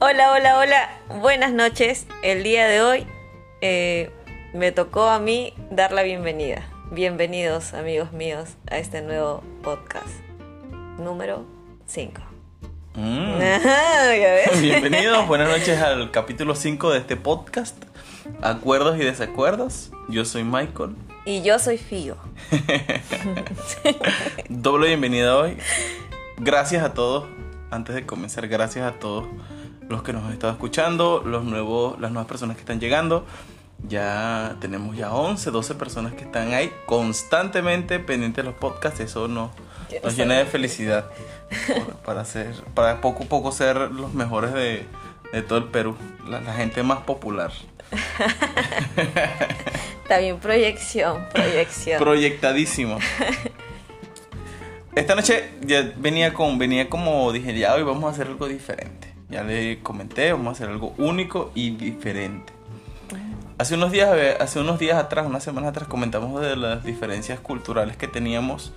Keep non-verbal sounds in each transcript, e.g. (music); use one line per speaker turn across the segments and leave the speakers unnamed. Hola, hola, hola. Buenas noches. El día de hoy eh, me tocó a mí dar la bienvenida. Bienvenidos, amigos míos, a este nuevo podcast número 5. (laughs)
Mm.
Bienvenidos.
Bienvenidos, buenas noches al capítulo 5 de este podcast, Acuerdos y Desacuerdos. Yo soy Michael.
Y yo soy Fío.
Doble bienvenida hoy. Gracias a todos, antes de comenzar, gracias a todos los que nos han estado escuchando, los nuevos, las nuevas personas que están llegando. Ya tenemos ya 11, 12 personas que están ahí constantemente pendientes de los podcasts. Eso nos,
Yo
nos
sé.
llena de felicidad por- para ser, para poco a poco ser los mejores de, de todo el Perú, la, la gente más popular.
También proyección, proyección.
Proyectadísimo. Esta noche ya venía con, venía como dije, ya hoy vamos a hacer algo diferente. Ya le comenté, vamos a hacer algo único y diferente. Hace unos días, eh, hace unos días atrás, unas semanas atrás, comentamos de las diferencias culturales que teníamos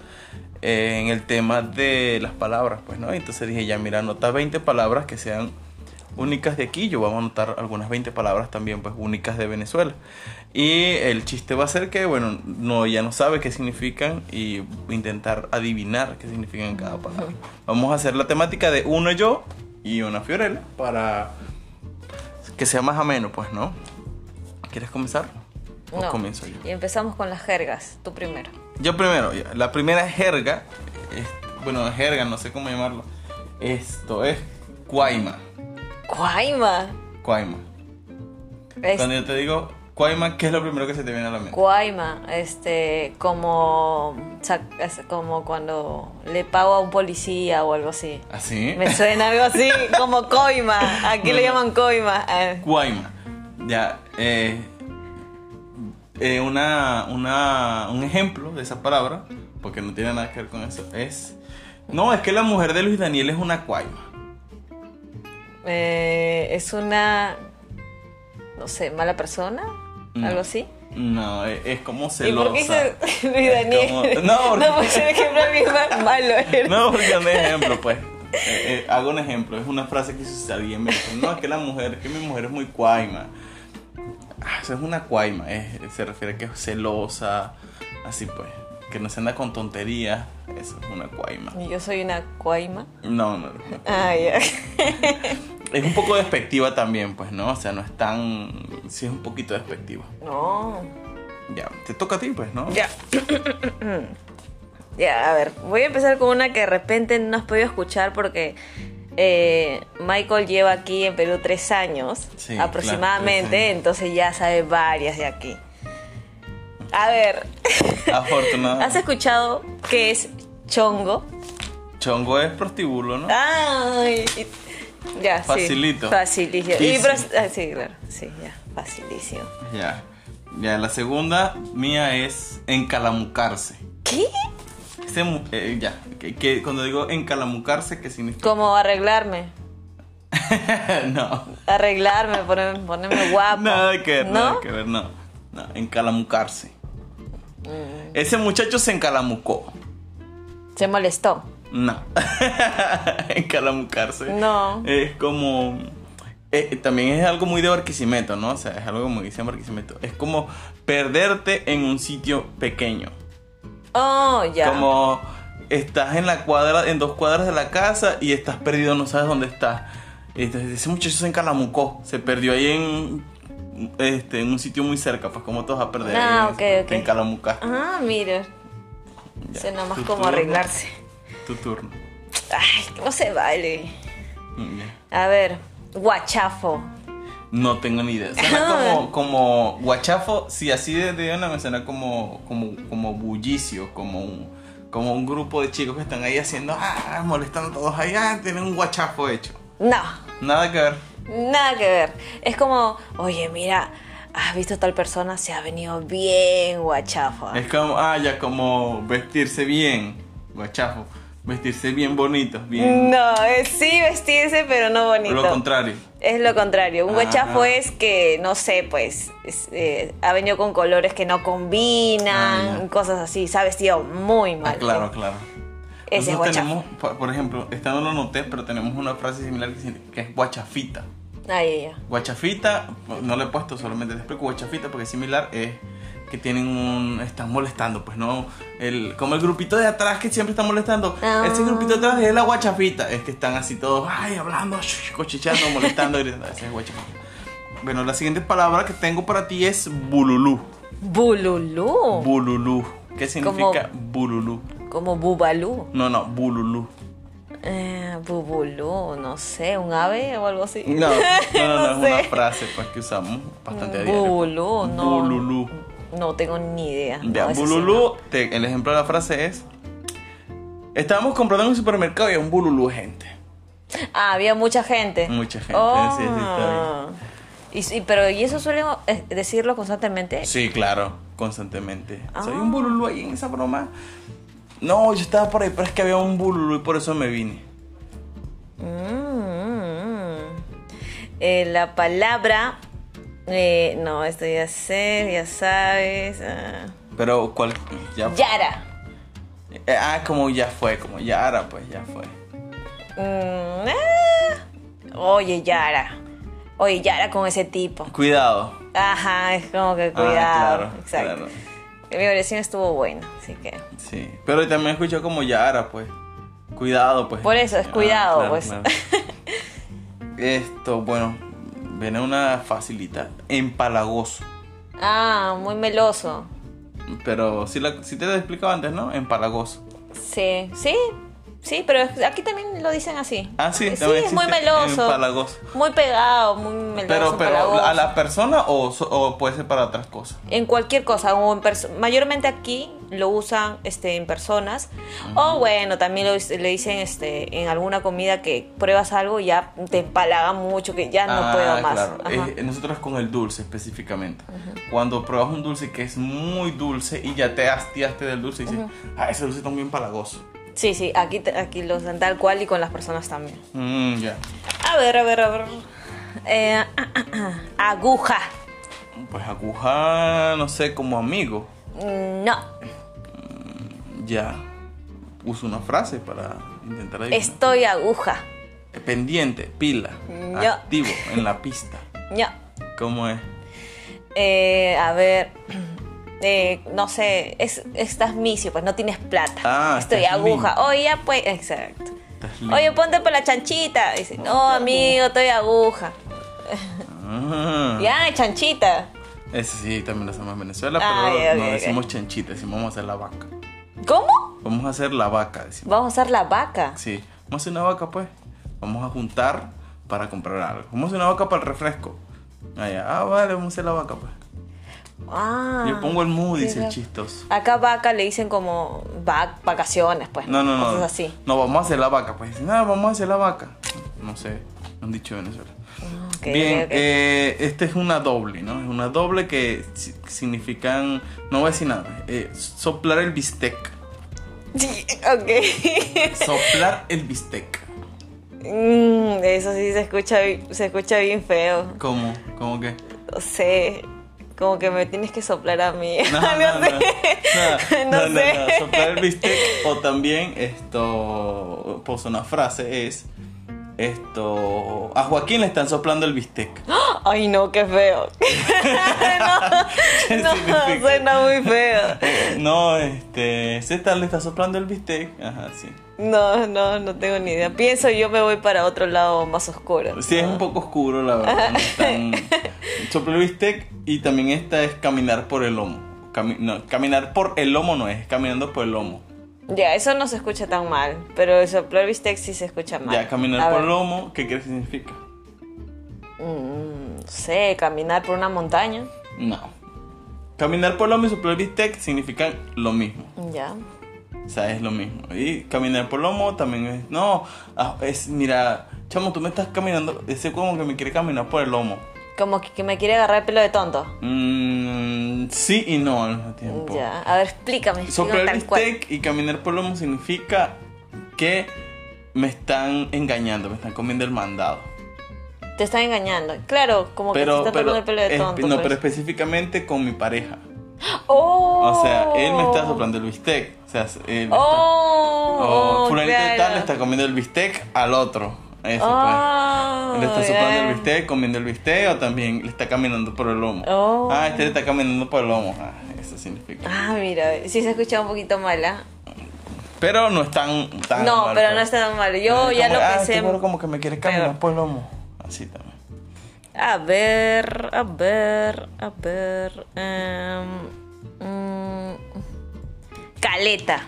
eh, en el tema de las palabras, pues, ¿no? Y Entonces dije, ya mira, anota 20 palabras que sean únicas de aquí. Yo voy a anotar algunas 20 palabras también, pues, únicas de Venezuela. Y el chiste va a ser que, bueno, no, ya no sabe qué significan y intentar adivinar qué significan cada palabra. Vamos a hacer la temática de uno yo y una Fiorella para que sea más ameno, pues, ¿no? ¿Quieres comenzar? ¿O
No.
comienzo yo?
Y empezamos con las jergas. Tú primero.
Yo primero, ya, la primera jerga, es- bueno, jerga, no sé cómo llamarlo. Esto es cuaima.
Cuaima.
Cuaima.
Es-
Cuando yo te digo cuaima, ¿qué es lo primero que se te viene a la mente?
Guayma, este, como, sac- es como cuando le pago a un policía o algo así.
¿Así? (laughs)
Me suena algo así, como coima. Aquí le
No, no.
llaman coima. Ah,
Guayma. Ya, eh, eh, una, una, un ejemplo de esa palabra, porque no tiene nada que ver con eso, es... No, es que la mujer de Luis Daniel es una cuaima.
eh, es una, no sé, mala persona,
No.
algo así.
No, es, es como
¿Y
Mm. celosa.
por qué dice Luis Daniel?
como- no, porque-
(laughs) no, pues el ejemplo a mí es más malo. ¿eh? era.
No, porque es un ejemplo, pues. Eh, eh, hago un ejemplo, es una frase que se sabía en Venezuela. No, es que la mujer, es que mi mujer es muy cuaima. Ah, Eso es una cuaima, eh, se refiere a que es celosa, así pues. Que no se anda con tonterías, eso es una cuaima.
Y Yo soy una cuaima.
No, no, no.
Ah, ya.
Es un poco despectiva también, pues, ¿no? O sea, no es tan. Sí, es un poquito despectiva.
No.
Ya, te toca a ti, pues, ¿no?
Ya. (coughs) ya, a ver. Voy a empezar con una que de repente no has podido escuchar porque eh, Michael lleva aquí en Perú tres años
Sí, claro,
aproximadamente,
tres años.
entonces ya sabe varias de aquí. A ver, ¿has
Afortunadamente.
escuchado qué es chongo?
Chongo es prostíbulo,
Ah.
¿no?
Ay, ya,
Facilito.
sí. Facilísimo. Y
Easy.
pros- ah, sí, claro, sí, ya, facilísimo.
Ya. Ya, la segunda mía es encalamucarse.
¿Qué?
Ese mu- eh, ya, que, que cuando digo encalamucarse, ¿qué significa? (laughs)
Como arreglarme.
no,
Arreglarme, ponerme, ponerme guapo.
(laughs) nada que ver,
Ah, ¿No?
nada que ver, no. No, encalamucarse.
Mm.
Ese muchacho se encalamucó.
Se molestó.
No, (laughs) encalamucarse.
No.
Es como. eh, también es algo muy de Barquisimeto, ¿no? O sea, es algo como dicen Barquisimeto. Es como perderte en un sitio pequeño.
Oh, ya.
Como estás en la cuadra, en dos cuadras de la casa y estás perdido, no sabes dónde estás. Entonces, ese muchacho se encalamucó, se perdió ahí en, este, en un sitio muy cerca, pues como todos a perder.
Ah,
en-
ok, ok.
Te encalamucaste.
Ah, mira.
Ya,
Suena más
tu
como
turno,
arreglarse.
Tu turno.
Ay, no se vale.
Mm, ya.
A ver, guachafo.
No tengo ni
(laughs)
idea. Suena como, como guachafo, si así de de una me suena como, como, como bullicio, como un, como un grupo de chicos que están ahí haciendo, ah, molestando a todos ahí, ah, tienen un guachafo hecho.
No,
Nada que ver.
nada que ver. Es como, oye, mira, has visto tal persona, se ha venido bien guachafo.
Es como, ah, ya, como vestirse bien, guachafo. Vestirse bien bonito, bien.
No, es sí vestirse, pero no Mm, bonito.
Lo contrario.
Es lo contrario. Un
Ah.
guachafo es que, no sé, pues, es, eh, ha venido con colores que no combinan,
Ah, ya.
cosas así. Se ha vestido muy
Ah,
mal.
claro, claro.
Ese es
Nosotros
guachafo.
tenemos, por por ejemplo, esta no lo noté, pero tenemos una frase similar que, dice- que es guachafita.
Ahí ya.
Guachafita, no le he puesto, solamente te explico. Guachafita, porque es similar, es que tienen un. están molestando, pues no. El, como el grupito de atrás que siempre está molestando.
Ah.
Ese grupito de atrás es la guachafita. Es que están así todos, ay, hablando, shush, cochichando, molestando, gritando. Esa es guachafita. Bueno, la siguiente palabra que tengo para ti es bululú.
Bululú.
Bululú. ¿Qué significa bululú?
como bubalú.
No, no, bululú.
Eh, bubulú, no sé, un ave o algo así. (laughs)
No, no, no,
No
es una
sé.
frase pues, que usamos bastante a diario.
Bululú, no.
Bululú.
No tengo ni idea.
Ya,
No, ese sí
bululú, te- el ejemplo de la frase es: Estábamos comprando en un supermercado y había un bululú, de gente.
no. Ah, había mucha gente.
Mucha gente,
Oh.
sí, sí, está
Y, sí, pero y eso suelen eh, decirlo constantemente.
Sí, claro, constantemente. Soy
Eh. Ah.
un bululú ahí en esa broma. No, yo estaba por ahí, pero es que había un bululú y por eso me vine.
Mm, mm. Eh, la palabra. eh, no, esto ya sé, ya sabes. ah.
Pero, ¿cuál? Ya,
Yara.
Eh, Ah, como ya fue, como ya ahora, pues ya fue.
Mm, ah. Oye, Yara. Oye, Yara con ese tipo.
Cuidado.
Ajá, es como que
Ah,
cuidado.
claro,
Exacto.
claro.
Mi oración estuvo buena, así que.
Sí, pero también escucho como Yara, pues. Cuidado, pues.
Por eso, es
Ah,
cuidado, pues.
(laughs) Esto, bueno, viene una facilita. Empalagoso.
Ah, muy meloso.
Pero si, la, sí te lo he explicado antes, ¿no? Empalagoso.
Sí, sí, sí, pero es- aquí también lo dicen así.
Ah, sí,
sí,
también
es muy
existe
meloso.
empalagoso.
Muy pegado, muy meloso.
Pero, pero
empalagoso.
a la persona o, so- o puede ser para otras cosas.
En cualquier cosa, o en perso- mayormente aquí lo usan este, en personas. O bueno, también lo, dis- le dicen este, en alguna comida que pruebas algo y ya te empalaga mucho, que ya no
Ah,
puedo más.
claro.
Ajá.
Eh, nosotros con el dulce específicamente. Cuando pruebas un dulce que es muy dulce y ya te hastiaste del dulce y dices, ah, ese dulce está muy empalagoso.
Sí, sí, aquí, te- aquí lo usan tal cual y con las personas también.
Mm, ya.
A ver, a ver, a ver. Eh, (clears throat) ah, ah, ah. Aguja.
Pues aguja, no sé, como amigo.
No,
Ya. Uso una frase para intentar adivinar.
estoy aguja.
Pendiente, pila,
No.
activo, en la pista.
No.
¿Cómo es?
Eh, a ver. (clears throat) eh, no sé, es, estás misio, pues no tienes plata.
Ah,
Estoy
estás
aguja.
limpio.
Oye, ya, pues. Exacto.
Estás limpio.
Oye, pues- ponte para la chanchita. Dice, no, amigo, estoy aguja.
Ah.
Ya, chanchita.
Ese sí, también lo hacemos en Venezuela,
Ah,
pero
ya,
no
ok, ok.
decimos chanchita, decimos vamos a hacer la vaca.
¿Cómo?
Vamos a hacer la vaca, decimos.
Vamos a usar la vaca.
Sí, vamos a hacer una vaca, pues. Vamos a juntar para comprar algo. Vamos a hacer una vaca para el refresco. Ah, ya. Ah, vale, vamos a hacer la vaca, pues.
Ah.
Yo pongo el mood,
sí,
dice el
claro.
chistoso.
Acá vaca le dicen como va- vacaciones, pues.
No, no, no.
Cosas así.
No, vamos a hacer la vaca, pues. No, vamos a hacer la vaca. No sé, han dicho en Venezuela.
Ok,
Bien,
ok, ok.
eh, esta es una doble, ¿no? Es una doble que si- significan, no voy a decir nada, eh, soplar el bistec.
Sí, (laughs) ok. (laughs)
Soplar el bistec.
Mm, eso sí se escucha, bi- se escucha bien feo.
¿Cómo?
(laughs)
¿Cómo que?
No sé. Como que me tienes que soplar a mí. (laughs)
No,
No,
no, no,
sé.
no,
No
no,
sé.
no, Soplar el bistec o también esto, pues una frase es, esto, a Joaquín le están soplando el bistec.
(gasps) Ay, no, qué
(laughs)
feo.
¿Qué
no,
significa?
suena muy feo.
(laughs) No, este, se está, le está soplando el bistec. Ajá, sí.
No, no, no tengo ni idea. Pienso yo me voy para otro lado más oscuro.
Pues Sí, es un poco oscuro, la verdad. no es
(laughs)
tan- Soplar el bistec y también esta es caminar por el lomo. Cami- no, caminar por el lomo no es, es caminando por el lomo.
Ya, eso no se escucha tan mal. Pero el soplar bistec sí se escucha mal.
Ya,
Ah, A
caminar por
ver.
el lomo, ¿qué crees que significa?
Mm, no sé, caminar por una montaña.
No. Caminar por el lomo y soplar el bistec significan lo mismo.
Ya.
O sea, es lo mismo. Y caminar por lomo también es. No, ah, es, mira, chamo, tú me estás caminando. Ese como que me quiere caminar por el lomo.
Como que, que me quiere agarrar el pelo de tonto.
Mm, sí y no al mismo tiempo.
Ya. A ver, explícame. explícame
Soplar el
tal cual.
bistec y caminar por lomo significa que me están engañando, me están comiendo el mandado.
Te están engañando. Claro, como
Pero,
que te están
pero,
tomando el pelo de
es-
tonto. pues.
no,
por
pero
eso.
específicamente con mi pareja.
¡Oh!
O sea, él me está soplando el bistec. O sea, él me está-
¡Oh!
o
oh,
fulanito de
claro.
tal le está comiendo el bistec al otro. Eso,
Oh,
pues. Le está soplando el
bien.
bistec, comiendo el bistec o también le está caminando por el lomo.
Oh.
Ah, este le está caminando por el lomo. Ah, eso significa.
Ah, mira, sí se escucha un poquito mala.
Pero no es tan. tan
no,
mal,
pero
pues.
no está tan mal. Yo
Es
ya
como,
lo
ah,
pensé.
este gordo como que me quiere caminar
peor.
por el lomo. Así también.
A ver, a ver, a ver. em, mm, caleta.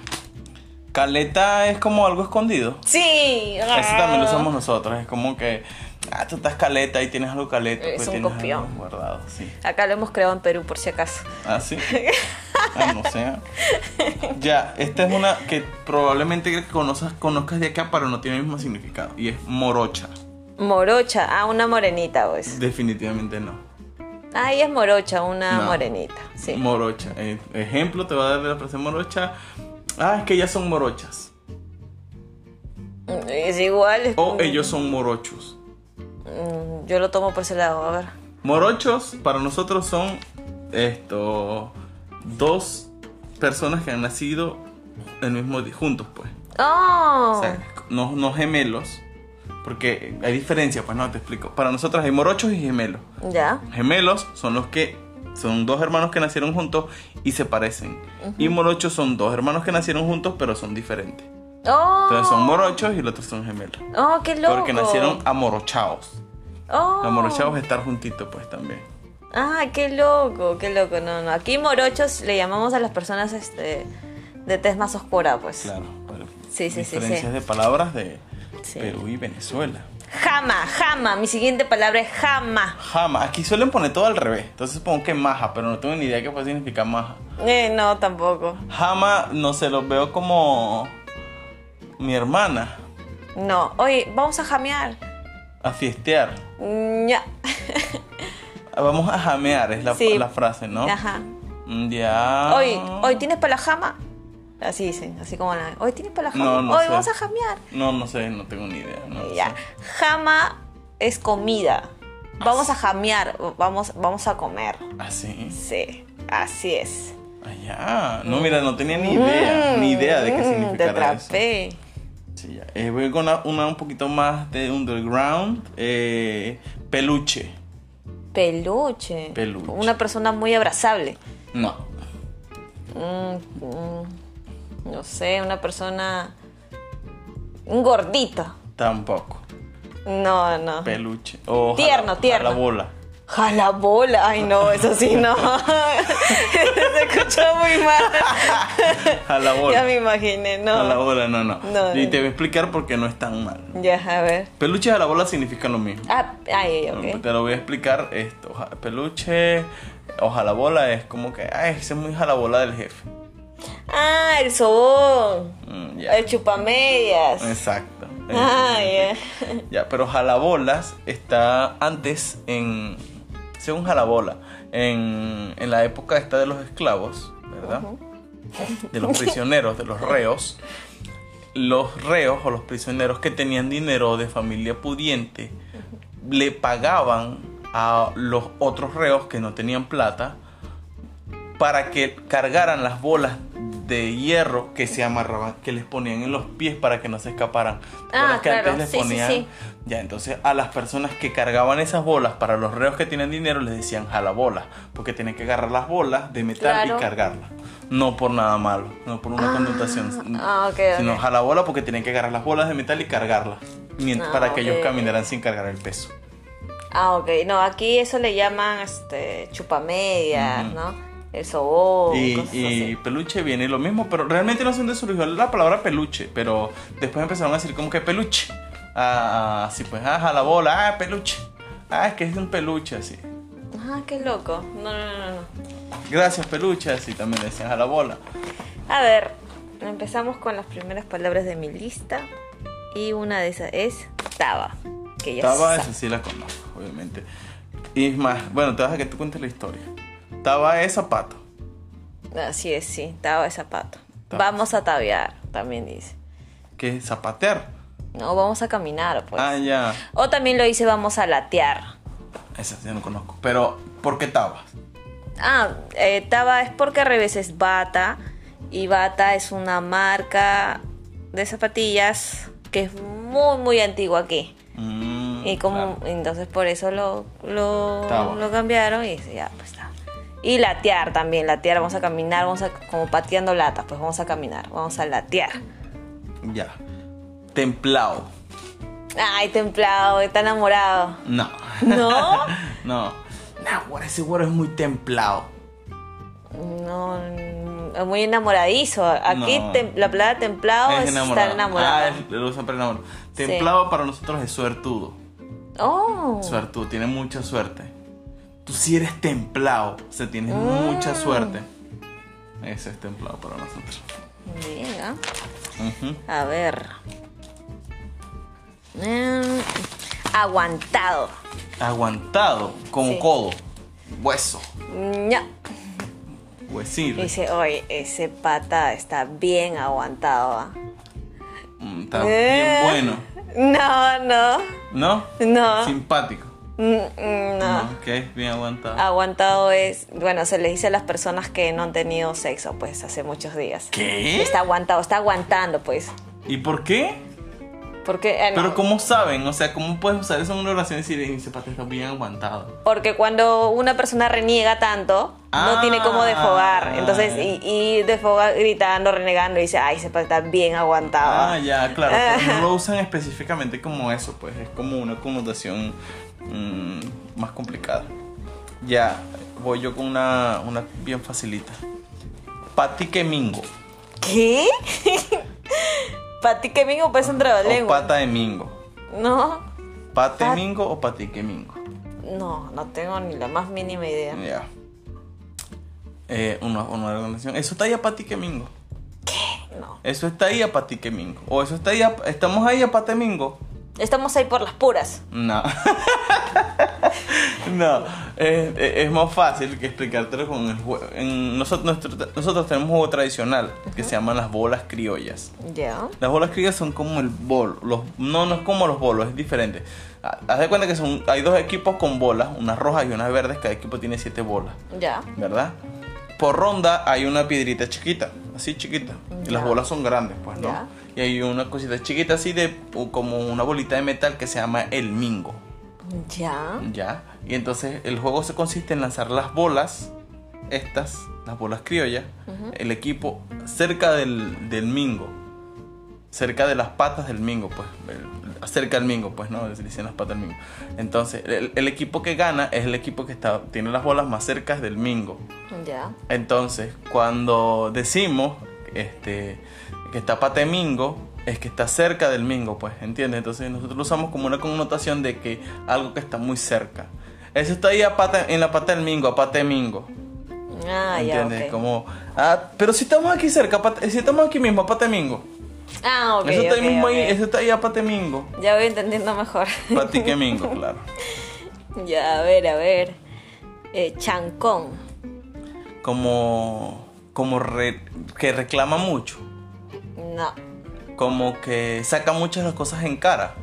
Caleta es como algo escondido.
Sí.
Eso también lo usamos nosotros. Es como que. Ah, tú estás caleta y tienes algo caleta.
Es
pues
un
tienes
copión.
algo guardado, sí.
Acá lo hemos creado en Perú, por si acaso. (laughs)
Ah, sí. Ah, no sé. Ya, esta es una que probablemente conozcas, conozcas de acá, pero no tiene el mismo significado. Y es morocha.
Morocha. Ah, una morenita, pues.
Definitivamente no.
Ah, ella es morocha, una
No.
morenita. Sí.
Morocha. Eh, ejemplo, te va a dar la frase morocha. Ah, es que ellas son morochas.
es igual. es-
O ellos son morochos.
Mm, Yo lo tomo por ese lado, a ver.
Morochos para nosotros son esto dos personas que han nacido el mismo día, juntos pues.
¡Oh!
O sea, no, no gemelos. Porque hay diferencia, pues no te explico. Para nosotros hay morochos y gemelos.
ya.
Gemelos son los que son dos hermanos que nacieron juntos y se parecen. Y morochos son dos hermanos que nacieron juntos pero son diferentes.
¡Oh!
Entonces son morochos y los otros son gemelos.
¡Oh, qué loco!
Porque nacieron amorochados.
¡Oh!
Amorochados es estar juntitos pues también.
Ah, qué loco, qué loco. No, no. Aquí morochos le llamamos a las personas este, de tez más oscura, pues.
Claro, pero
Sí, sí, sí,
diferencias
sí.
de palabras de
Sí.
Perú y Venezuela.
Jama, jama. Mi siguiente palabra es jama.
Jama, aquí suelen poner todo al revés. Entonces supongo que maja, pero no tengo ni idea qué puede significar maja.
Eh, no, tampoco.
Jama, no se los veo como mi hermana
No. Oye, vamos a jamear.
a fiestear.
Mm, Ya.
Vamos a jamear, es la,
Sí.
la frase, ¿no?
(laughs) Ajá.
Mm, Ya.
Hoy, hoy tienes para la jama. Así dicen, así como la. Hoy tienes para la jama.
No, no
hoy
sé.
vamos a jamear.
No, no sé, no tengo ni idea. no lo
Ya.
sé.
Jama es comida. Vamos a jamear, vamos, vamos a comer.
Ah, sí.
Sí, así es.
Allá. No, mira, no tenía ni idea,
Mm,
ni idea de
mm,
qué
Te
significara eso.
atrapé.
Sí, ya. Eh, voy con una, una un poquito más de underground. eh, peluche.
Peluche.
Peluche.
Una persona muy abrazable.
No.
Mm, mm, no sé, una persona. Un gordito.
Tampoco.
No, no.
Peluche. O
Tierno,
jala-
tierno. (laughs)
jalabola.
Jala bola. Ay, no, eso sí,
(laughs)
no. (laughs) Se escuchó muy mal. Ya
Jalabola.
me imaginé, no.
Jalabola, no, no.
No,
y
no.
te voy a explicar por qué no es tan mal.
Ya, a ver.
Peluche y jalabola significan lo mismo.
Ah, ay, ok.
Te lo voy a explicar esto. Ja- Peluche o jalabola es como que, ay, ese es muy jalabola del jefe. pues,
Ah, el sobón.
Mm, ya.
El Eh, chupamedias.
Exacto.
Ah,
Eh, Ya, pero jalabolas está antes en. Según jalabola, en, en la época esta de los esclavos, ¿verdad? De los prisioneros, de los reos. Los reos o los prisioneros que tenían dinero de familia pudiente le pagaban a los otros reos que no tenían plata para que cargaran las bolas de hierro que se amarraban, que les ponían en los pies para que no se escaparan.
Ah,
Bolas que
claro. Sí, sí, sí.
Ya, entonces a las personas que cargaban esas bolas para los reos que tienen dinero les decían jala bolas, porque tienen que agarrar las bolas de metal
Claro.
y cargarlas. No por nada malo, no por una
Ah,
connotación,
ah, ok,
sino
ok.
jala bola porque tienen que agarrar las bolas de metal y cargarlas, mient-
Ah,
para que ellos
ok.
caminaran sin cargar el peso.
Ah, ok. No, aquí eso le llaman este, chupamedias,
Ujú.
¿no? El sobón.
Y,
Oh, cosas
y
así.
peluche viene lo mismo, pero realmente no sé dónde surgió la palabra peluche, pero después empezaron a decir como que peluche. Ah, ah, así pues, ah, la bola, ah, peluche. Ah, es que es un peluche así.
Ah, qué loco. No, no, no, no.
Gracias, peluche, así también le decían a la bola.
A ver, empezamos con las primeras palabras de mi lista. Y una de esas es taba. Que ya
Taba,
sa-
esa sí la conozco, obviamente. Y es más, bueno, te vas a que tú cuentes la historia. Taba es zapato.
Así es, sí. Taba de zapato.
Taba.
Vamos a tabear, también dice.
que es zapatear?
No, vamos a caminar, pues.
Ah, ya.
O también lo dice vamos a latear.
Esa sí no conozco. Pero, ¿por qué tabas?
Ah, eh, Taba es porque al revés es Bata. Y Bata es una marca de zapatillas que es muy, muy antigua aquí. y Eh, como
Mm, claro.
entonces por eso lo, lo,
Está bueno.
lo cambiaron y dice, ya, pues está. Y latear también, latear, vamos a caminar, vamos a como pateando latas, pues vamos a caminar, vamos a latear.
Ya. Templado.
Ay, templado, está enamorado.
No.
¿No?
(laughs) no. Nah, güero, ese güero es muy templado.
No, mm, es muy enamoradizo. Aquí
No.
tem- la palabra templado es, estar Oh, enamorado.
Ah, es- lo usan para enamorado. Templado para nosotros es suertudo.
Oh.
Suertudo, tiene mucha suerte. Tú sí eres templado. O sea, tienes
Mm.
mucha suerte. Ese es templado para nosotros.
Bien, ¿ah?
Ujú.
A ver. Mm, aguantado.
Aguantado, como
Sí.
codo, hueso,
No.
huesillo.
Dice, oye, ese pata está bien aguantado. ¿ah?".
Mm, Está
Eh.
bien bueno,
No, no.
¿no?
No.
Simpático.
Mm, mm, no.
Ah, Ok, bien aguantado.
Ah. Aguantado es, bueno, se les dice a las personas que no han tenido sexo, pues, hace muchos días.
¿Qué?
Está aguantado, está aguantando, pues.
¿Y por qué?
Porque, eh, no.
Pero ¿cómo saben? O sea, ¿cómo puedes usar eso en una oración y decir, ese pata está bien aguantado?
Porque cuando una persona reniega tanto,
Ah.
no tiene cómo desfogar. Entonces, y, y desfoga gritando, renegando, y dice, ay, ese pata está bien aguantado.
Ah, ya, claro. pero no lo usan específicamente como eso, pues es como una connotación mm, más complicada. Ya, voy yo con una, una bien facilita. Patique mingo.
¿Qué? (laughs) Pati que mingo parece un
O
trabalengua.
pata de mingo.
No,
¿Pate
Pat-
mingo o patique mingo?
no, no tengo ni la más mínima idea.
Ya. Eh, una, una recomendación. Eso está ahí a patique mingo.
No.
Eso está ahí a patique mingo. O eso está ahí a, ¿Estamos ahí a pate mingo?
Estamos ahí por las puras.
No. (laughs) no. Es, es- es más fácil que explicártelo con el juego. nosotros, nosotros tenemos un juego tradicional que se llaman las bolas criollas.
Ya.
Las bolas criollas son como el bolo. Los, no, no es como los bolos, es diferente. Ha- Haz de cuenta que son, hay dos equipos con bolas, unas rojas y unas verdes. Cada equipo tiene siete bolas,
Ya.
¿verdad? Por ronda hay una piedrita chiquita, así chiquita. Y las
Ya.
bolas son grandes, pues, ¿no?
Ya.
Y hay una cosita chiquita así de como una bolita de metal que se llama el mingo,
Ya.
¿ya? Y entonces el juego se consiste en lanzar las bolas, estas, las bolas criollas, el equipo cerca del, del mingo cerca de las patas del mingo, pues. el- cerca del mingo, pues, ¿no? Se dicen las patas del mingo. Entonces, el, el equipo que gana es el equipo que está, tiene las bolas más cerca del mingo.
Ya.
Entonces, cuando decimos este, que está pate mingo, es que está cerca del mingo, pues, ¿entiendes? Entonces, nosotros lo usamos como una connotación de que algo que está muy cerca. Eso está ahí a pata, en la pata del mingo, a pate mingo.
Ah, ya.
¿Entiendes?
ok.
Como, ah, pero si estamos aquí cerca, pate- si estamos aquí mismo, a pate mingo.
Ah, ok.
Eso está,
ok,
ahí mismo
ok.
ahí, eso está ahí
(laughs)
a Patemingo.
Ya voy entendiendo mejor. (laughs)
Patiquemingo, claro.
ya, a ver, a ver. Eh, chancón.
Como, como re- que reclama mucho.
No.
Como que saca muchas las cosas en cara,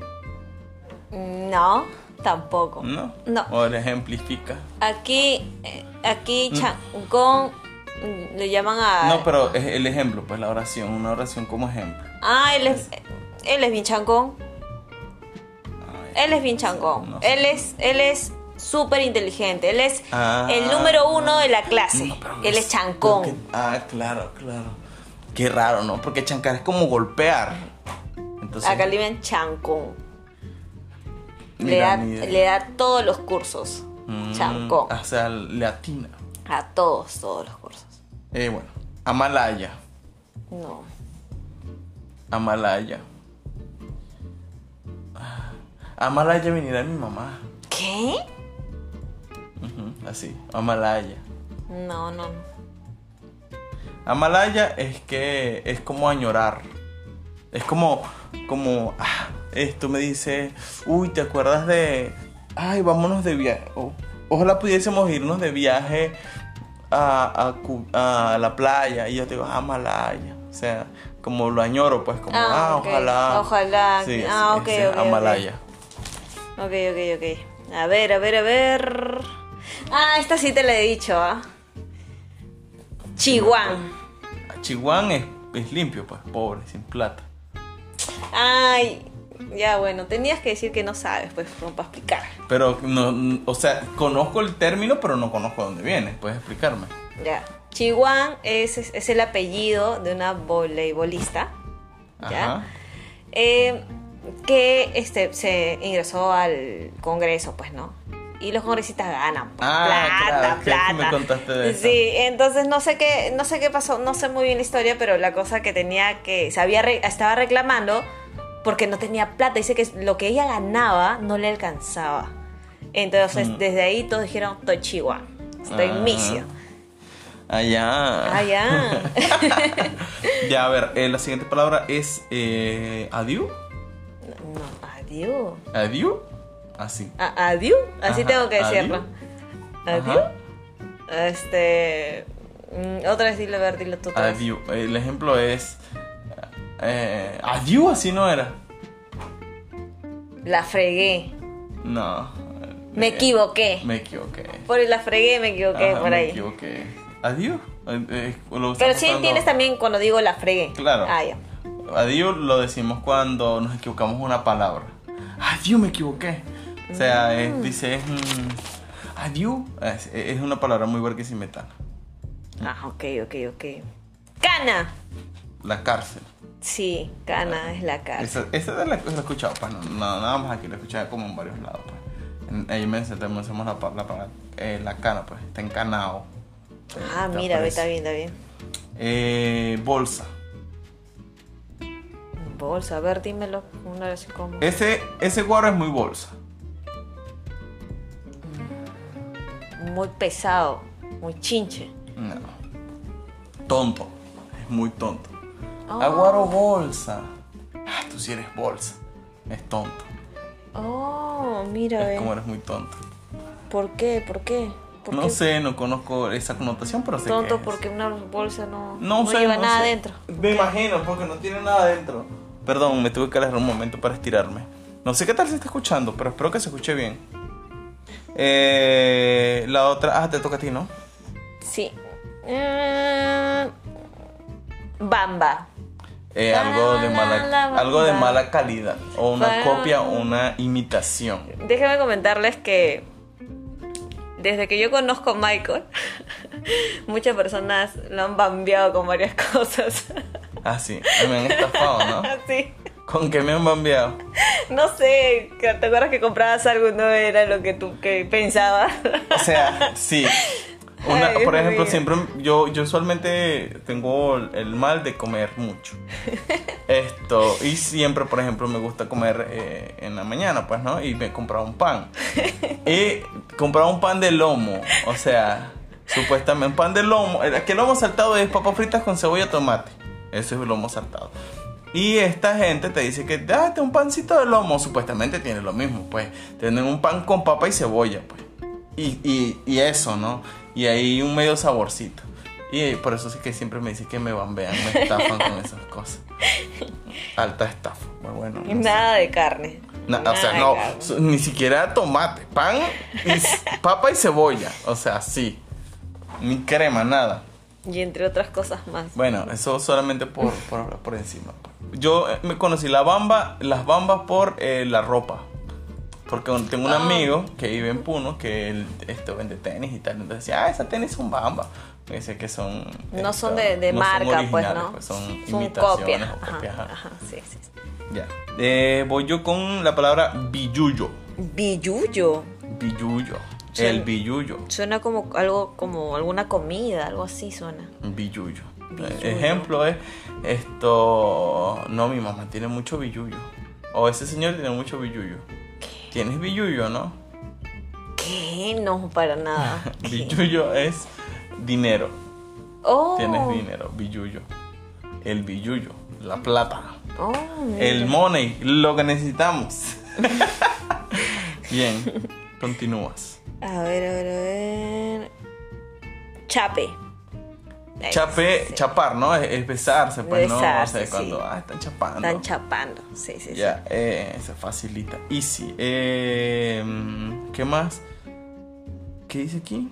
No, tampoco.
¿no?
No.
O le ejemplifica.
Aquí, eh, aquí chancón mm, le llaman a...
No, pero es el ejemplo, pues la oración, una oración como ejemplo.
Ah, él es, él es bien chancón. Él es bien chancón.
No sé.
Él es, él es súper inteligente. Él es
Ah.
el número uno de la clase.
No, pero
él es
pero
chancón.
que- ah, claro, claro. Qué raro, ¿no? Porque chancar es como golpear. Entonces,
Acá le llaman chancón. Le
mira,
da,
ni idea.
le da todos los cursos.
Mm,
Chancón.
O sea, le atina.
A todos, todos los cursos.
Eh, bueno, Amalaya.
No.
Amalaya. Ah, Amalaya venirá mi mamá.
¿Qué?
Ujú, Así, Amalaya.
No, no. no.
Amalaya es que es como añorar. Es como, como, ah, esto me dice, uy, ¿te acuerdas de, ay, vámonos de viaje? O- ojalá pudiésemos irnos de viaje a, a Cu- a la playa. Y yo te digo, ah, Amalaya. O sea, como lo añoro, pues, como, ah,
Ah, ok.
ojalá.
Ojalá.
Sí,
Ah,
sí,
ok,
ese es
ok, ok.
Amalaya.
Ok, ok, ok. A ver, a ver, a ver. Ah, esta sí te la he dicho, ¿ah? Chihuán.
Chihuán es, es limpio, pues, pobre, sin plata.
Ay, Ya, bueno, tenías que decir que no sabes, pues, como para explicar.
Pero, no, o sea, conozco el término, pero no conozco dónde viene. ¿Puedes explicarme?
Ya. Chihuán es, es, es el apellido de una voleibolista. ¿Ya?
Ajá.
eh, que este, se ingresó al Congreso, pues, ¿no? Y los congresistas ganan pues,
Ah,
plata,
claro, (laughs) que sí
plata.
me contaste de eso.
Sí, entonces no sé qué, no sé qué pasó, no sé muy bien la historia, pero la cosa que tenía que se había re- estaba reclamando porque no tenía plata, dice que lo que ella ganaba no le alcanzaba. Entonces,
Mm.
desde ahí todos dijeron, "Estoy chihuahua, estoy
Ah.
misio."
Allá.
Ah,
(laughs)
ya.
Ya, a ver, eh, la siguiente palabra es eh, adiós.
no, adiós.
Adiós. Así.
A- adiós, así
Ajá,
tengo que
adiós.
decirlo. Adiós.
Ajá.
Este. mm, Otra vez dilo, a ver, dilo tú. otra vez.
Adiós. El ejemplo es. eh, adiós, así no era.
La fregué.
No.
Me
Eh,
equivoqué.
Me equivoqué.
Por el la fregué me equivoqué
Ajá,
por
me
ahí.
equivoqué. Adiós. Eh, eh, lo
Pero
estamos
sí
usando-
entiendes también cuando digo la fregué.
Claro.
Ah, ya.
Adiós lo decimos cuando nos equivocamos una palabra. Adiós, me equivoqué. O sea, es- dice, es, mm, adiós. Es, es una palabra muy barquisimetana.
Ah, ok, ok, ok. ¡Cana!
La cárcel.
Sí, cana es la cara.
Ah, Esa, esa la, la he escuchado, pues, no, no- nada más aquí, la he escuchado como en varios lados, pues. En- Ahí me también hacemos la, pa- la, pa- eh, la cana, pues, está encanado. Te-
Ah,
te
mira, ve,
aparece.
está bien, está bien.
Eh, bolsa.
Bolsa, a ver, dímelo. Una vez como.
Ese, ese guaro es muy bolsa.
Muy pesado, muy chinche.
No. Tonto. Es muy tonto.
Oh.
Aguaro bolsa. Ah, tú sí eres bolsa. Es tonto.
Oh, mira,
Es como
ve.
eres muy tonto.
¿Por qué? ¿Por qué? ¿Por
No
qué?
sé, no conozco esa connotación, pero sé que
Tonto
es.
porque una bolsa no,
no, sé,
lleva
no
nada
sé.
adentro.
Me imagino, porque no tiene nada adentro. Perdón, me tuve que alejar un momento para estirarme. No sé qué tal se está escuchando, pero espero que se escuche bien. Eh, la otra. Ah, te toca a ti, ¿no?
Sí. Eh, Bamba.
Eh, algo, de mala, algo de mala calidad. O una copia o una imitación.
Déjenme comentarles que desde que yo conozco a Michael, (laughs) muchas personas lo han bambeado con varias (laughs) cosas.
Ah, sí. Me han estafado,
(laughs)
¿no?
Así.
¿Con qué me han bambeado?
No sé, ¿te acuerdas que comprabas algo y no era lo que tú que pensabas? (laughs)
O sea, sí. Una-
Ay, Dios
por ejemplo,
mío.
siempre yo, yo usualmente tengo el, el mal de comer mucho. Esto, y siempre, por ejemplo, me gusta comer eh, en la mañana, pues, ¿no? Y me compraba un pan. Y compraba un pan de lomo, o sea, supuestamente un pan de lomo. El- Que el lomo saltado es papas fritas con cebolla y tomate. Eso es el lomo saltado. Y esta gente te dice que date un pancito de lomo, supuestamente tiene lo mismo, pues. Tienen un pan con papa y cebolla, pues. Y, y- y eso, ¿no? Y ahí un medio saborcito. Y por eso sí que siempre me dicen que me bambean, me estafan con esas cosas. Alta estafa. Muy bueno. no sé.
Nada de carne.
Na- o
Nada
sea,
de
no,
carne.
so- ni siquiera tomate, pan, y s- papa y cebolla. O sea, sí. Ni crema, nada.
Y entre otras cosas más.
Bueno, eso solamente por, por hablar por encima. Yo eh, me conocí la bamba, las bambas por eh, la ropa. Porque tengo un
Ah.
amigo que vive en Puno que él este, vende tenis y tal. Entonces decía, ah, esas tenis son bambas. Me dice que son.
No
esto,
son de, de
eh, no son
marca, pues,
originales,
¿no?
son
son
imitaciones
copias.
o copias,
Ajá,
ajá.
ajá, sí, sí. sí.
Ya. Eh, voy yo con la palabra billuyo.
Billuyo.
Billuyo.
Sí.
El billuyo.
Suena como algo, como alguna comida, algo así suena.
Billuyo.
Billuyo.
Eh, Ejemplo es esto. No, mi mamá tiene mucho billuyo. O ese señor tiene mucho billuyo. Tienes billuyo, ¿no?
¿Qué? No, para
(laughs)
nada. ¿Qué?
Billuyo es dinero.
Oh.
Tienes dinero. Billuyo. El billuyo. La plata.
Oh, mira.
El money. Lo que
(laughs)
necesitamos. Bien. Continúas.
A ver, a ver, a ver. Chape. Ahí
Chape,
sí, sí.
chapar, ¿no? Es, es besarse, pues no. O
Besarse,
sea,
sí.
cuando ah, están chapando.
Están chapando. Sí, sí,
Ya, eh, se facilita. Easy. Eh, mm, ¿Qué más? ¿Qué dice aquí?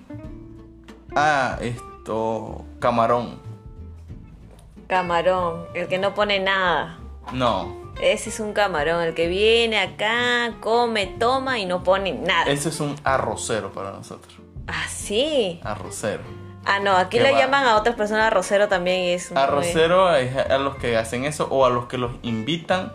Ah, esto. Camarón.
sí. Camarón. El que no pone nada.
No.
Ese es un camarón, el que viene acá, come, toma y no pone nada.
Eso es un arrocero para nosotros.
Ah, sí.
Arrocero.
Ah, no, aquí
Qué
le
va.
llaman a otras personas arrocero también y es muy-
Arrocero es a los que hacen eso o a los que los invitan,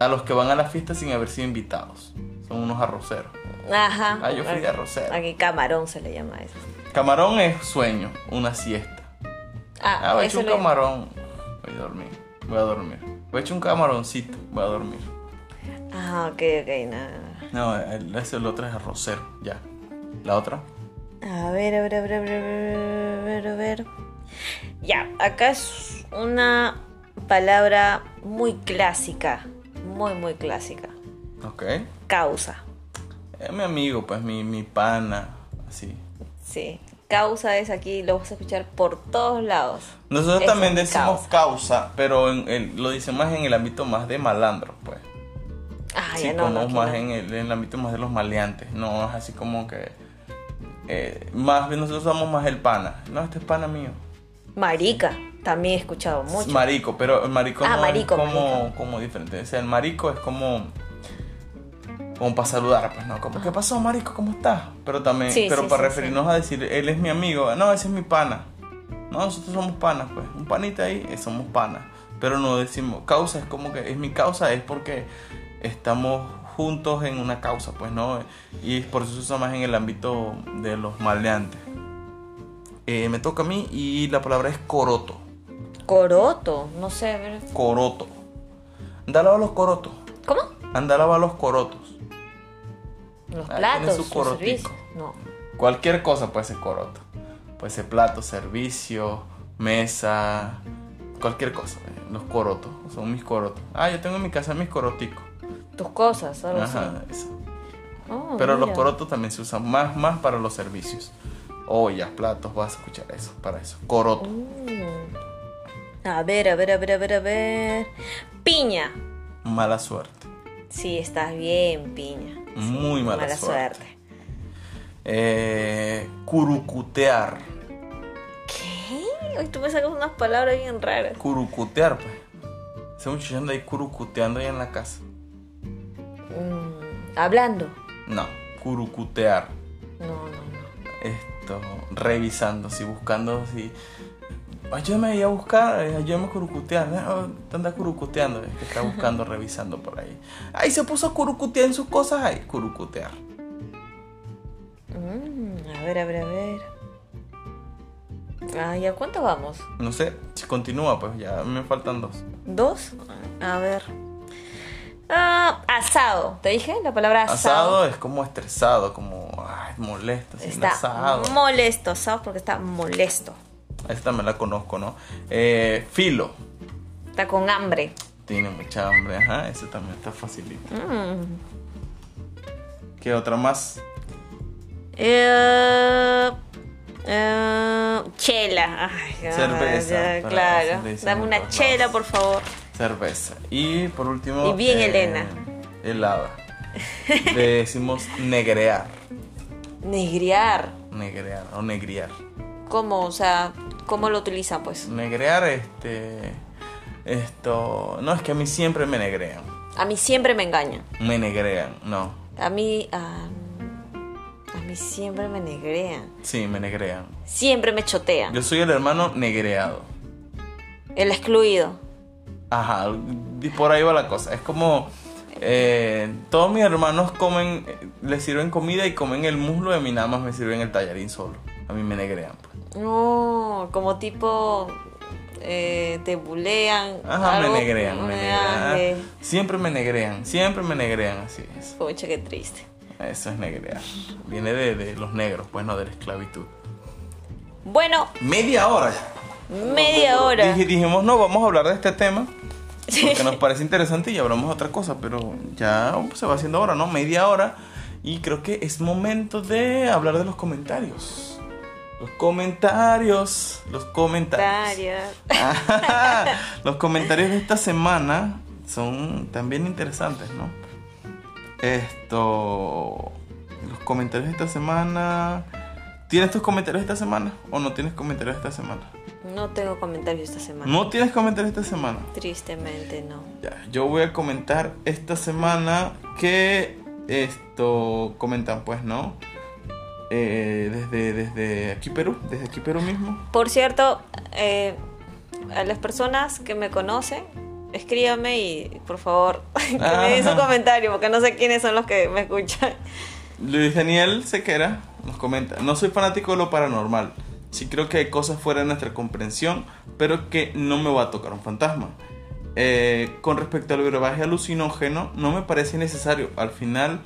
a los que van a la fiesta sin haber sido invitados. Son unos arroceros.
Ajá.
Ah, yo fui arrocero.
Aquí camarón se le llama a eso.
Camarón es sueño, una siesta. Ah,
Ah,
voy a
eso
echar un
le-
camarón. Voy a dormir, voy a dormir. Voy a echar un camaroncito, voy a dormir.
Ah, ok, ok, nada.
No, el, ese- el otro es arrocero, ya. La otra,
A ver, a ver, a ver, a ver, a ver, a ver, a ver. Ya, acá es una palabra muy clásica, muy, muy clásica.
ok.
Causa,
Es mi amigo, pues mi, mi pana, así.
sí. Causa es aquí, lo vas a escuchar por todos lados.
Nosotros
Es
también
un
decimos causa, pero en el- lo dicen más en el ámbito más de malandro, pues.
Ah,
sí,
ya no, no,
como
aquí
más
no.
En, el, en el ámbito más de los maleantes, no es así como que... eh, más bien nosotros somos más el pana. No, este es pana mío.
Marica, también he escuchado
Es
mucho.
Marico, pero el marico
Ah,
no
marico,
es como,
marico.
como diferente. O sea, el marico es como. Como para saludar, pues no, como, ¿qué pasó, marico? ¿Cómo estás? Pero también,
Sí,
pero
sí,
para
sí,
referirnos a decir, él es mi amigo, no, ese es mi pana. No, nosotros somos panas, pues, un panita ahí, eh, somos panas. Pero no decimos, causa es como que, es mi causa, es porque estamos juntos en una causa, pues, ¿no? Y por eso se usa más en el ámbito de los maleantes. Eh, me toca a mí y la palabra es coroto
Coroto, no sé, a ver.
coroto. Anda a lavar los corotos.
¿Cómo?
Anda a lavar los corotos.
Los
Ah, tiene
platos,
su
los
corotico.
servicios. No.
Cualquier cosa puede ser coroto. Puede ser plato, servicio, mesa, cualquier cosa. eh, Los corotos. Son mis corotos. Ah, yo tengo en mi casa mis coroticos.
Tus cosas, algo así.
Ajá, eso.
Oh,
Pero los
mira.
corotos también se usan más, más para los servicios. Ollas, platos, vas a escuchar eso, para eso. Coroto.
Mm. Oh. A ver, a ver, a ver, a ver, a ver. Piña.
Mala suerte.
Sí, estás bien, piña. Sí,
Muy mala suerte. Eh, curucutear.
¿Qué? Hoy tú me sacas unas palabras bien raras.
Curucutear, pues. Ese muchacho anda ahí curucuteando ahí en la casa.
Mm, Hablando.
No, curucutear.
No, no, no.
Esto, revisando, así, buscando, así. Ayúdame ahí a buscar, eh, ayúdame a curucutear. ¿no? Te anda curucuteando, es que está buscando, (laughs) revisando por ahí. Ahí se puso a curucutear en sus cosas, ahí, curucutear.
Mm, a ver, a ver, a ver. Ay, ¿a cuánto vamos?
No sé, si continúa, pues ya me faltan dos.
¿Dos? A ver. Ah, asado. ¿Te dije la palabra
Asado,
asado?
es como estresado, como ay, molesto, haciendo
Está
asado.
molesto, asado porque está molesto.
Esta me la conozco, ¿no? Eh, filo.
Está con hambre.
Tiene mucha hambre, ajá, eso también está facilito.
Mm.
¿Qué otra más?
Eh, eh, chela. Ay, ya,
Cerveza,
ya,
para
claro.
cerveza,
Dame
en
una
todos
chela,
lados.
por favor.
Cerveza. Y por último. eh,
Y bien Elena. (laughs)
Helada. Le decimos negrear.
Negriar.
Negrear o negriar.
¿Cómo? O sea, ¿cómo lo utilizan, pues?
Negrear, este. Esto. No, es que a mí siempre me negrean.
A mí siempre me engañan.
Me negrean, no.
A mí. ah, a mí siempre me negrean.
Sí, me negrean.
Siempre me chotean.
Yo soy el hermano negreado.
El excluido.
Ajá, y por ahí va la cosa. Es como eh, todos mis hermanos comen, eh, les sirven comida y comen el muslo de mí, nada más me sirven el tallarín solo. A mí me negrean. pues.
No, como tipo. eh, te bulean.
Ajá,
algo.
me negrean, me
Ah,
negrean.
ok.
Siempre me negrean, siempre me negrean, así es.
Pucha, qué triste.
Eso es negrear. Viene de, de los negros, pues no de la esclavitud.
Bueno,
Media hora.
media hora.
Dije- dijimos, no, vamos a hablar de este tema. Porque nos parece interesante y hablamos otra cosa, pero ya se va haciendo ahora, ¿no? Media hora. Y creo que es momento de hablar de los comentarios. Los comentarios. Los comentarios.
Varias.
Ajá. (laughs) los comentarios de esta semana son también interesantes, ¿no? Esto. Los comentarios de esta semana. ¿Tienes tus comentarios de esta semana o no tienes comentarios de esta semana?
Mm, No tengo comentarios esta semana.
¿No tienes comentarios esta semana?
Tristemente no.
Ya, yo voy a comentar esta semana que esto comentan pues, ¿no? Eh, desde, desde aquí Perú, desde aquí Perú mismo.
Por cierto, eh, a las personas que me conocen, escríbame y por favor, (laughs) que
Ah.
me den su comentario, porque no sé quiénes son los que me escuchan.
Luis Daniel Sequera nos comenta, no soy fanático de lo paranormal, sí creo que hay cosas fuera de nuestra comprensión, pero que no me va a tocar un fantasma. Eh, con respecto al brebaje alucinógeno, no me parece necesario, al final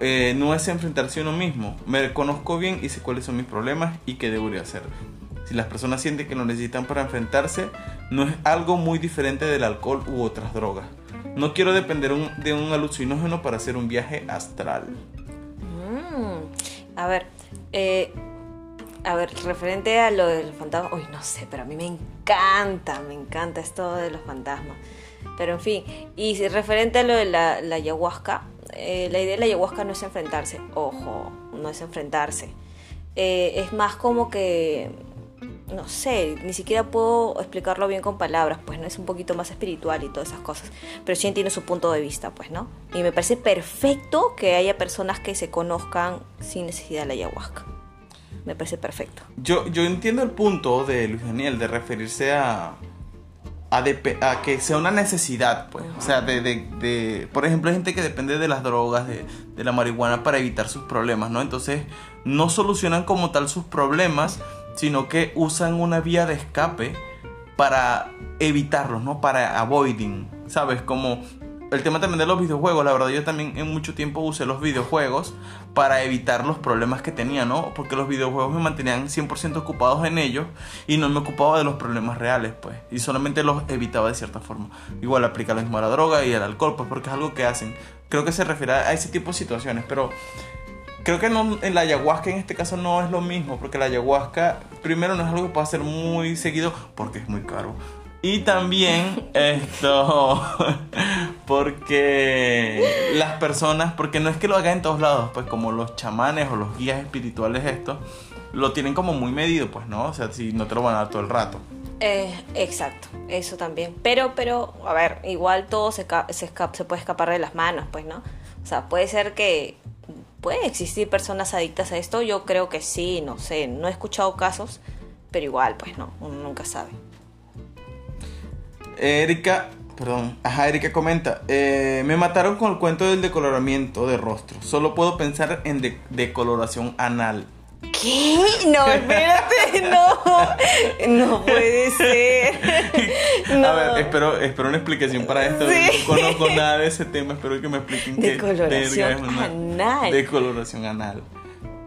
eh, no es enfrentarse a uno mismo, me conozco bien y sé cuáles son mis problemas y qué debería hacer. Si las personas sienten que lo necesitan para enfrentarse, no es algo muy diferente del alcohol u otras drogas. No quiero depender un- de un alucinógeno para hacer un viaje astral.
Mm, A ver, eh, a ver, referente a lo del fantasma, uy, no sé, pero a mí me encanta, me encanta esto de los fantasmas. Pero en fin, y si referente a lo de la, la ayahuasca, eh, la idea de la ayahuasca no es enfrentarse, ojo, no es enfrentarse. Eh, es más como que, no sé, ni siquiera puedo explicarlo bien con palabras, pues no es un poquito más espiritual y todas esas cosas. Pero sí tiene su punto de vista, pues, ¿no? Y me parece perfecto que haya personas que se conozcan sin necesidad de la ayahuasca. Me parece perfecto.
Yo, yo entiendo el punto de Luis Daniel de referirse a. A, depe- a que sea una necesidad, pues. O sea, de, de- de- Por ejemplo, hay gente que depende de las drogas, de, de la marihuana para evitar sus problemas, ¿no? Entonces, no solucionan como tal sus problemas, sino que usan una vía de escape para evitarlos, ¿no? Para avoiding, ¿sabes? Como el tema también de los videojuegos, la verdad yo también en mucho tiempo usé los videojuegos para evitar los problemas que tenía, ¿no? Porque los videojuegos me mantenían 100% ocupados en ellos y no me ocupaba de los problemas reales, pues, y solamente los evitaba de cierta forma. Igual aplica lo mismo a la droga y al alcohol, pues, porque es algo que hacen. Creo que se refiere a ese tipo de situaciones, pero Creo que no, en la ayahuasca en este caso no es lo mismo, porque la ayahuasca, primero, no es algo que pueda hacer muy seguido, porque es muy caro. Y también, esto, (laughs) porque las personas, porque no es que lo hagan en todos lados, pues como los chamanes o los guías espirituales estos, lo tienen como muy medido, pues, ¿no? O sea, si no te lo van a dar todo el rato.
Eh, exacto, eso también. Pero, pero, a ver, igual todo se, esca- se, esca- se puede escapar de las manos, pues, ¿no? O sea, puede ser que puede existir personas adictas a esto. Yo creo que sí, no sé, no he escuchado casos, pero igual, pues, no, uno nunca sabe.
Erika, perdón, ajá, Erika comenta, eh, me mataron con el cuento del decoloramiento de rostro, solo puedo pensar en de- decoloración anal.
¿Qué? No, espérate, (laughs) no, no puede ser. No.
(laughs) A ver, espero, espero una explicación para esto.
Sí.
No conozco nada de ese tema, espero que me expliquen qué
Decoloración
verga es una
anal.
Decoloración anal.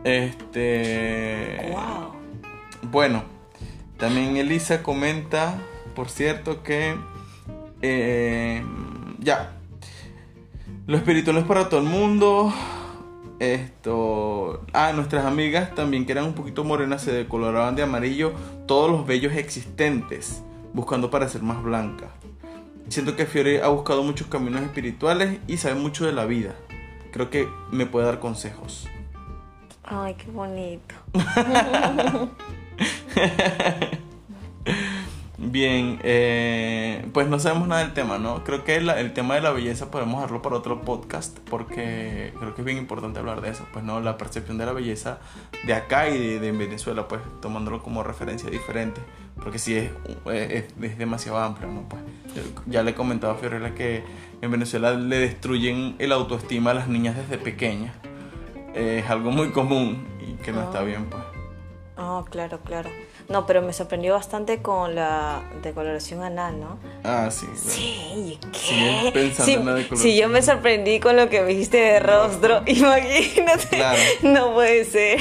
Este.
Wow.
Bueno, también Elisa comenta, por cierto, que. eh, ya. Lo espiritual no es para todo el mundo. Esto. Ah, nuestras amigas también que eran un poquito morenas se decoloraban de amarillo todos los vellos existentes, buscando para ser más blancas. Siento que Fiore ha buscado muchos caminos espirituales y sabe mucho de la vida. Creo que me puede dar consejos.
Ay, qué bonito.
Bien, eh, pues no sabemos nada del tema, ¿no? Creo que la- el tema de la belleza podemos dejarlo para otro podcast porque creo que es bien importante hablar de eso, pues no, la percepción de la belleza de acá y de, de Venezuela, pues tomándolo como referencia diferente, porque sí es, eh, es, es demasiado amplio, ¿no? Pues yo- ya le he comentado a Fiorella que en Venezuela le destruyen el autoestima a las niñas desde pequeñas, Eh, es algo muy común y que no está bien, pues.
Oh, claro, claro. No, pero me sorprendió bastante con la decoloración anal, ¿no?
Ah, sí. bueno.
Sí, ¿qué?
Sigues pensando
si,
en la decoloración.
si yo me sorprendí con lo que me dijiste de rostro, (laughs) imagínate.
Claro.
No puede ser.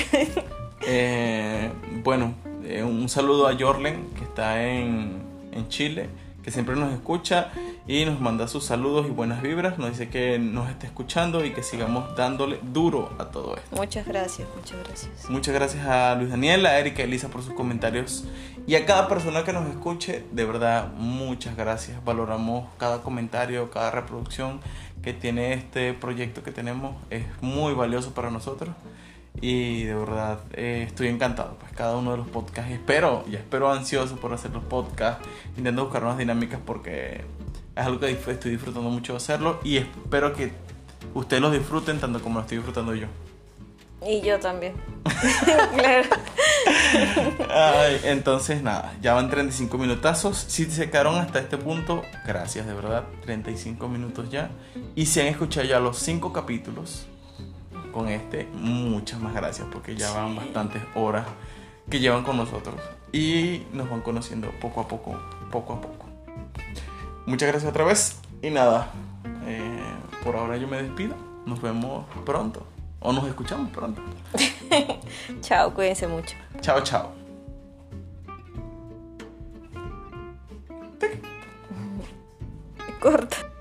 Eh, bueno, eh, un saludo a Jorlen, que está en, en Chile, que siempre nos escucha y nos manda sus saludos y buenas vibras. Nos dice que nos está escuchando y que sigamos dándole duro a todo esto.
Muchas gracias, muchas gracias.
Muchas gracias a Luis Daniel, a Erika y Elisa por sus comentarios y a cada persona que nos escuche. De verdad, muchas gracias. Valoramos cada comentario, cada reproducción que tiene este proyecto que tenemos. Es muy valioso para nosotros. Y de verdad eh, estoy encantado, pues cada uno de los podcasts espero, y espero ansioso por hacer los podcasts, intento buscar unas dinámicas porque es algo que dif- estoy disfrutando mucho de hacerlo y espero que ustedes los disfruten tanto como lo estoy disfrutando yo.
Y yo también. (laughs) claro.
Ay, entonces nada, ya van 35 minutazos. Si se quedaron hasta este punto, gracias de verdad. 35 minutos ya. Y si han escuchado ya los 5 capítulos con este, muchas más gracias porque ya van bastantes horas que llevan con nosotros y nos van conociendo poco a poco, poco a poco. Muchas gracias otra vez y nada, eh, por ahora yo me despido. Nos vemos pronto o nos escuchamos pronto.
Chao, cuídense mucho.
Chao, chao.
Corta.